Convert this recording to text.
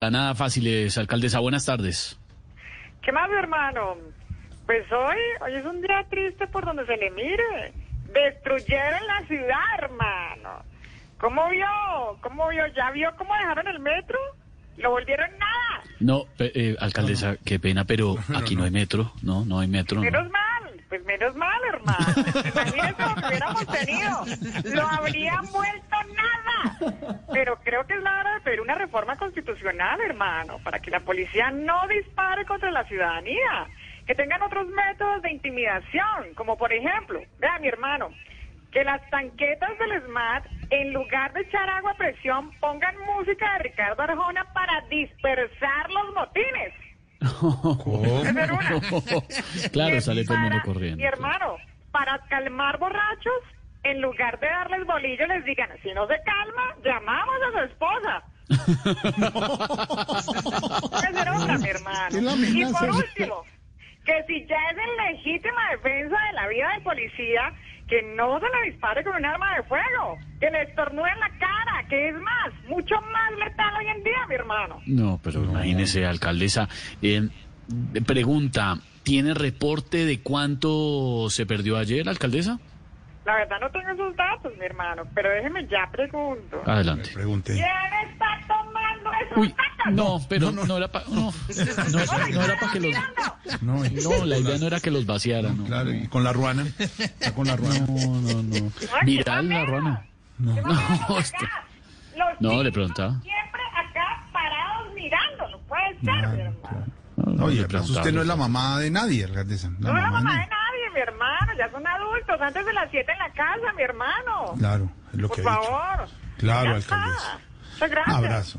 Para nada fáciles, alcaldesa. Buenas tardes. ¿Qué más, hermano? Pues hoy, hoy es un día triste por donde se le mire. Destruyeron la ciudad, hermano. ¿Cómo vio? ¿Cómo vio? ¿Ya vio cómo dejaron el metro? Lo volvieron nada. No, pe- eh, alcaldesa, qué pena, pero aquí no hay metro. No, no hay metro. no. Menos mal, pues menos mal, hermano. Imagínese lo que hubiéramos tenido. Lo habrían vuelto nada. Pero creo que es la hora de pedir una reforma constitucional, hermano, para que la policía no dispare contra la ciudadanía. Que tengan otros métodos de intimidación, como por ejemplo, vea mi hermano, que las tanquetas del SMAT, en lugar de echar agua a presión, pongan música de Ricardo Arjona para dispersar los motines. Esa era una. Claro, Y sale todo el mundo para- corriendo. Y hermano, para calmar borrachos, en lugar de darles bolillos, les digan, si no se calma, llamamos a su esposa. Esa era otra, mi hermano. Y por último, que si ya es en legítima defensa de la vida del policía, que no se le dispare con un arma de fuego, que le estornude en la cara, que es más, mucho más letal hoy en día, mi hermano. No, pero imagínese, alcaldesa. eh, pregunta, ¿tiene reporte de cuánto se perdió ayer, alcaldesa? La verdad no tengo esos datos, mi hermano, pero déjeme ya pregunto. Adelante. Pregunté. ¿Quién está tomando esos Uy, tacos? no, pero no, era para no, no, no era para que los... No, y- No, la idea no era que los vaciaran. No. Claro, y con la ruana. Está con la ruana. No, no, no. Ay, Viral qué la mamera. ruana. No, No, este- Los No, le chicos preguntaba. Siempre acá parados mirando, no puede ser, Ah, mi hermano. le Oye, pero preguntaba, usted no es la alcaldesa. mamá de nadie, alcaldesa. No es la mamá de nadie. nadie, mi hermano, ya son adultos, antes de las 7 en la casa, mi hermano. Claro, es lo Por que ha dicho. favor. Claro, Ya está. alcaldesa. Muchas Un gracias. abrazo.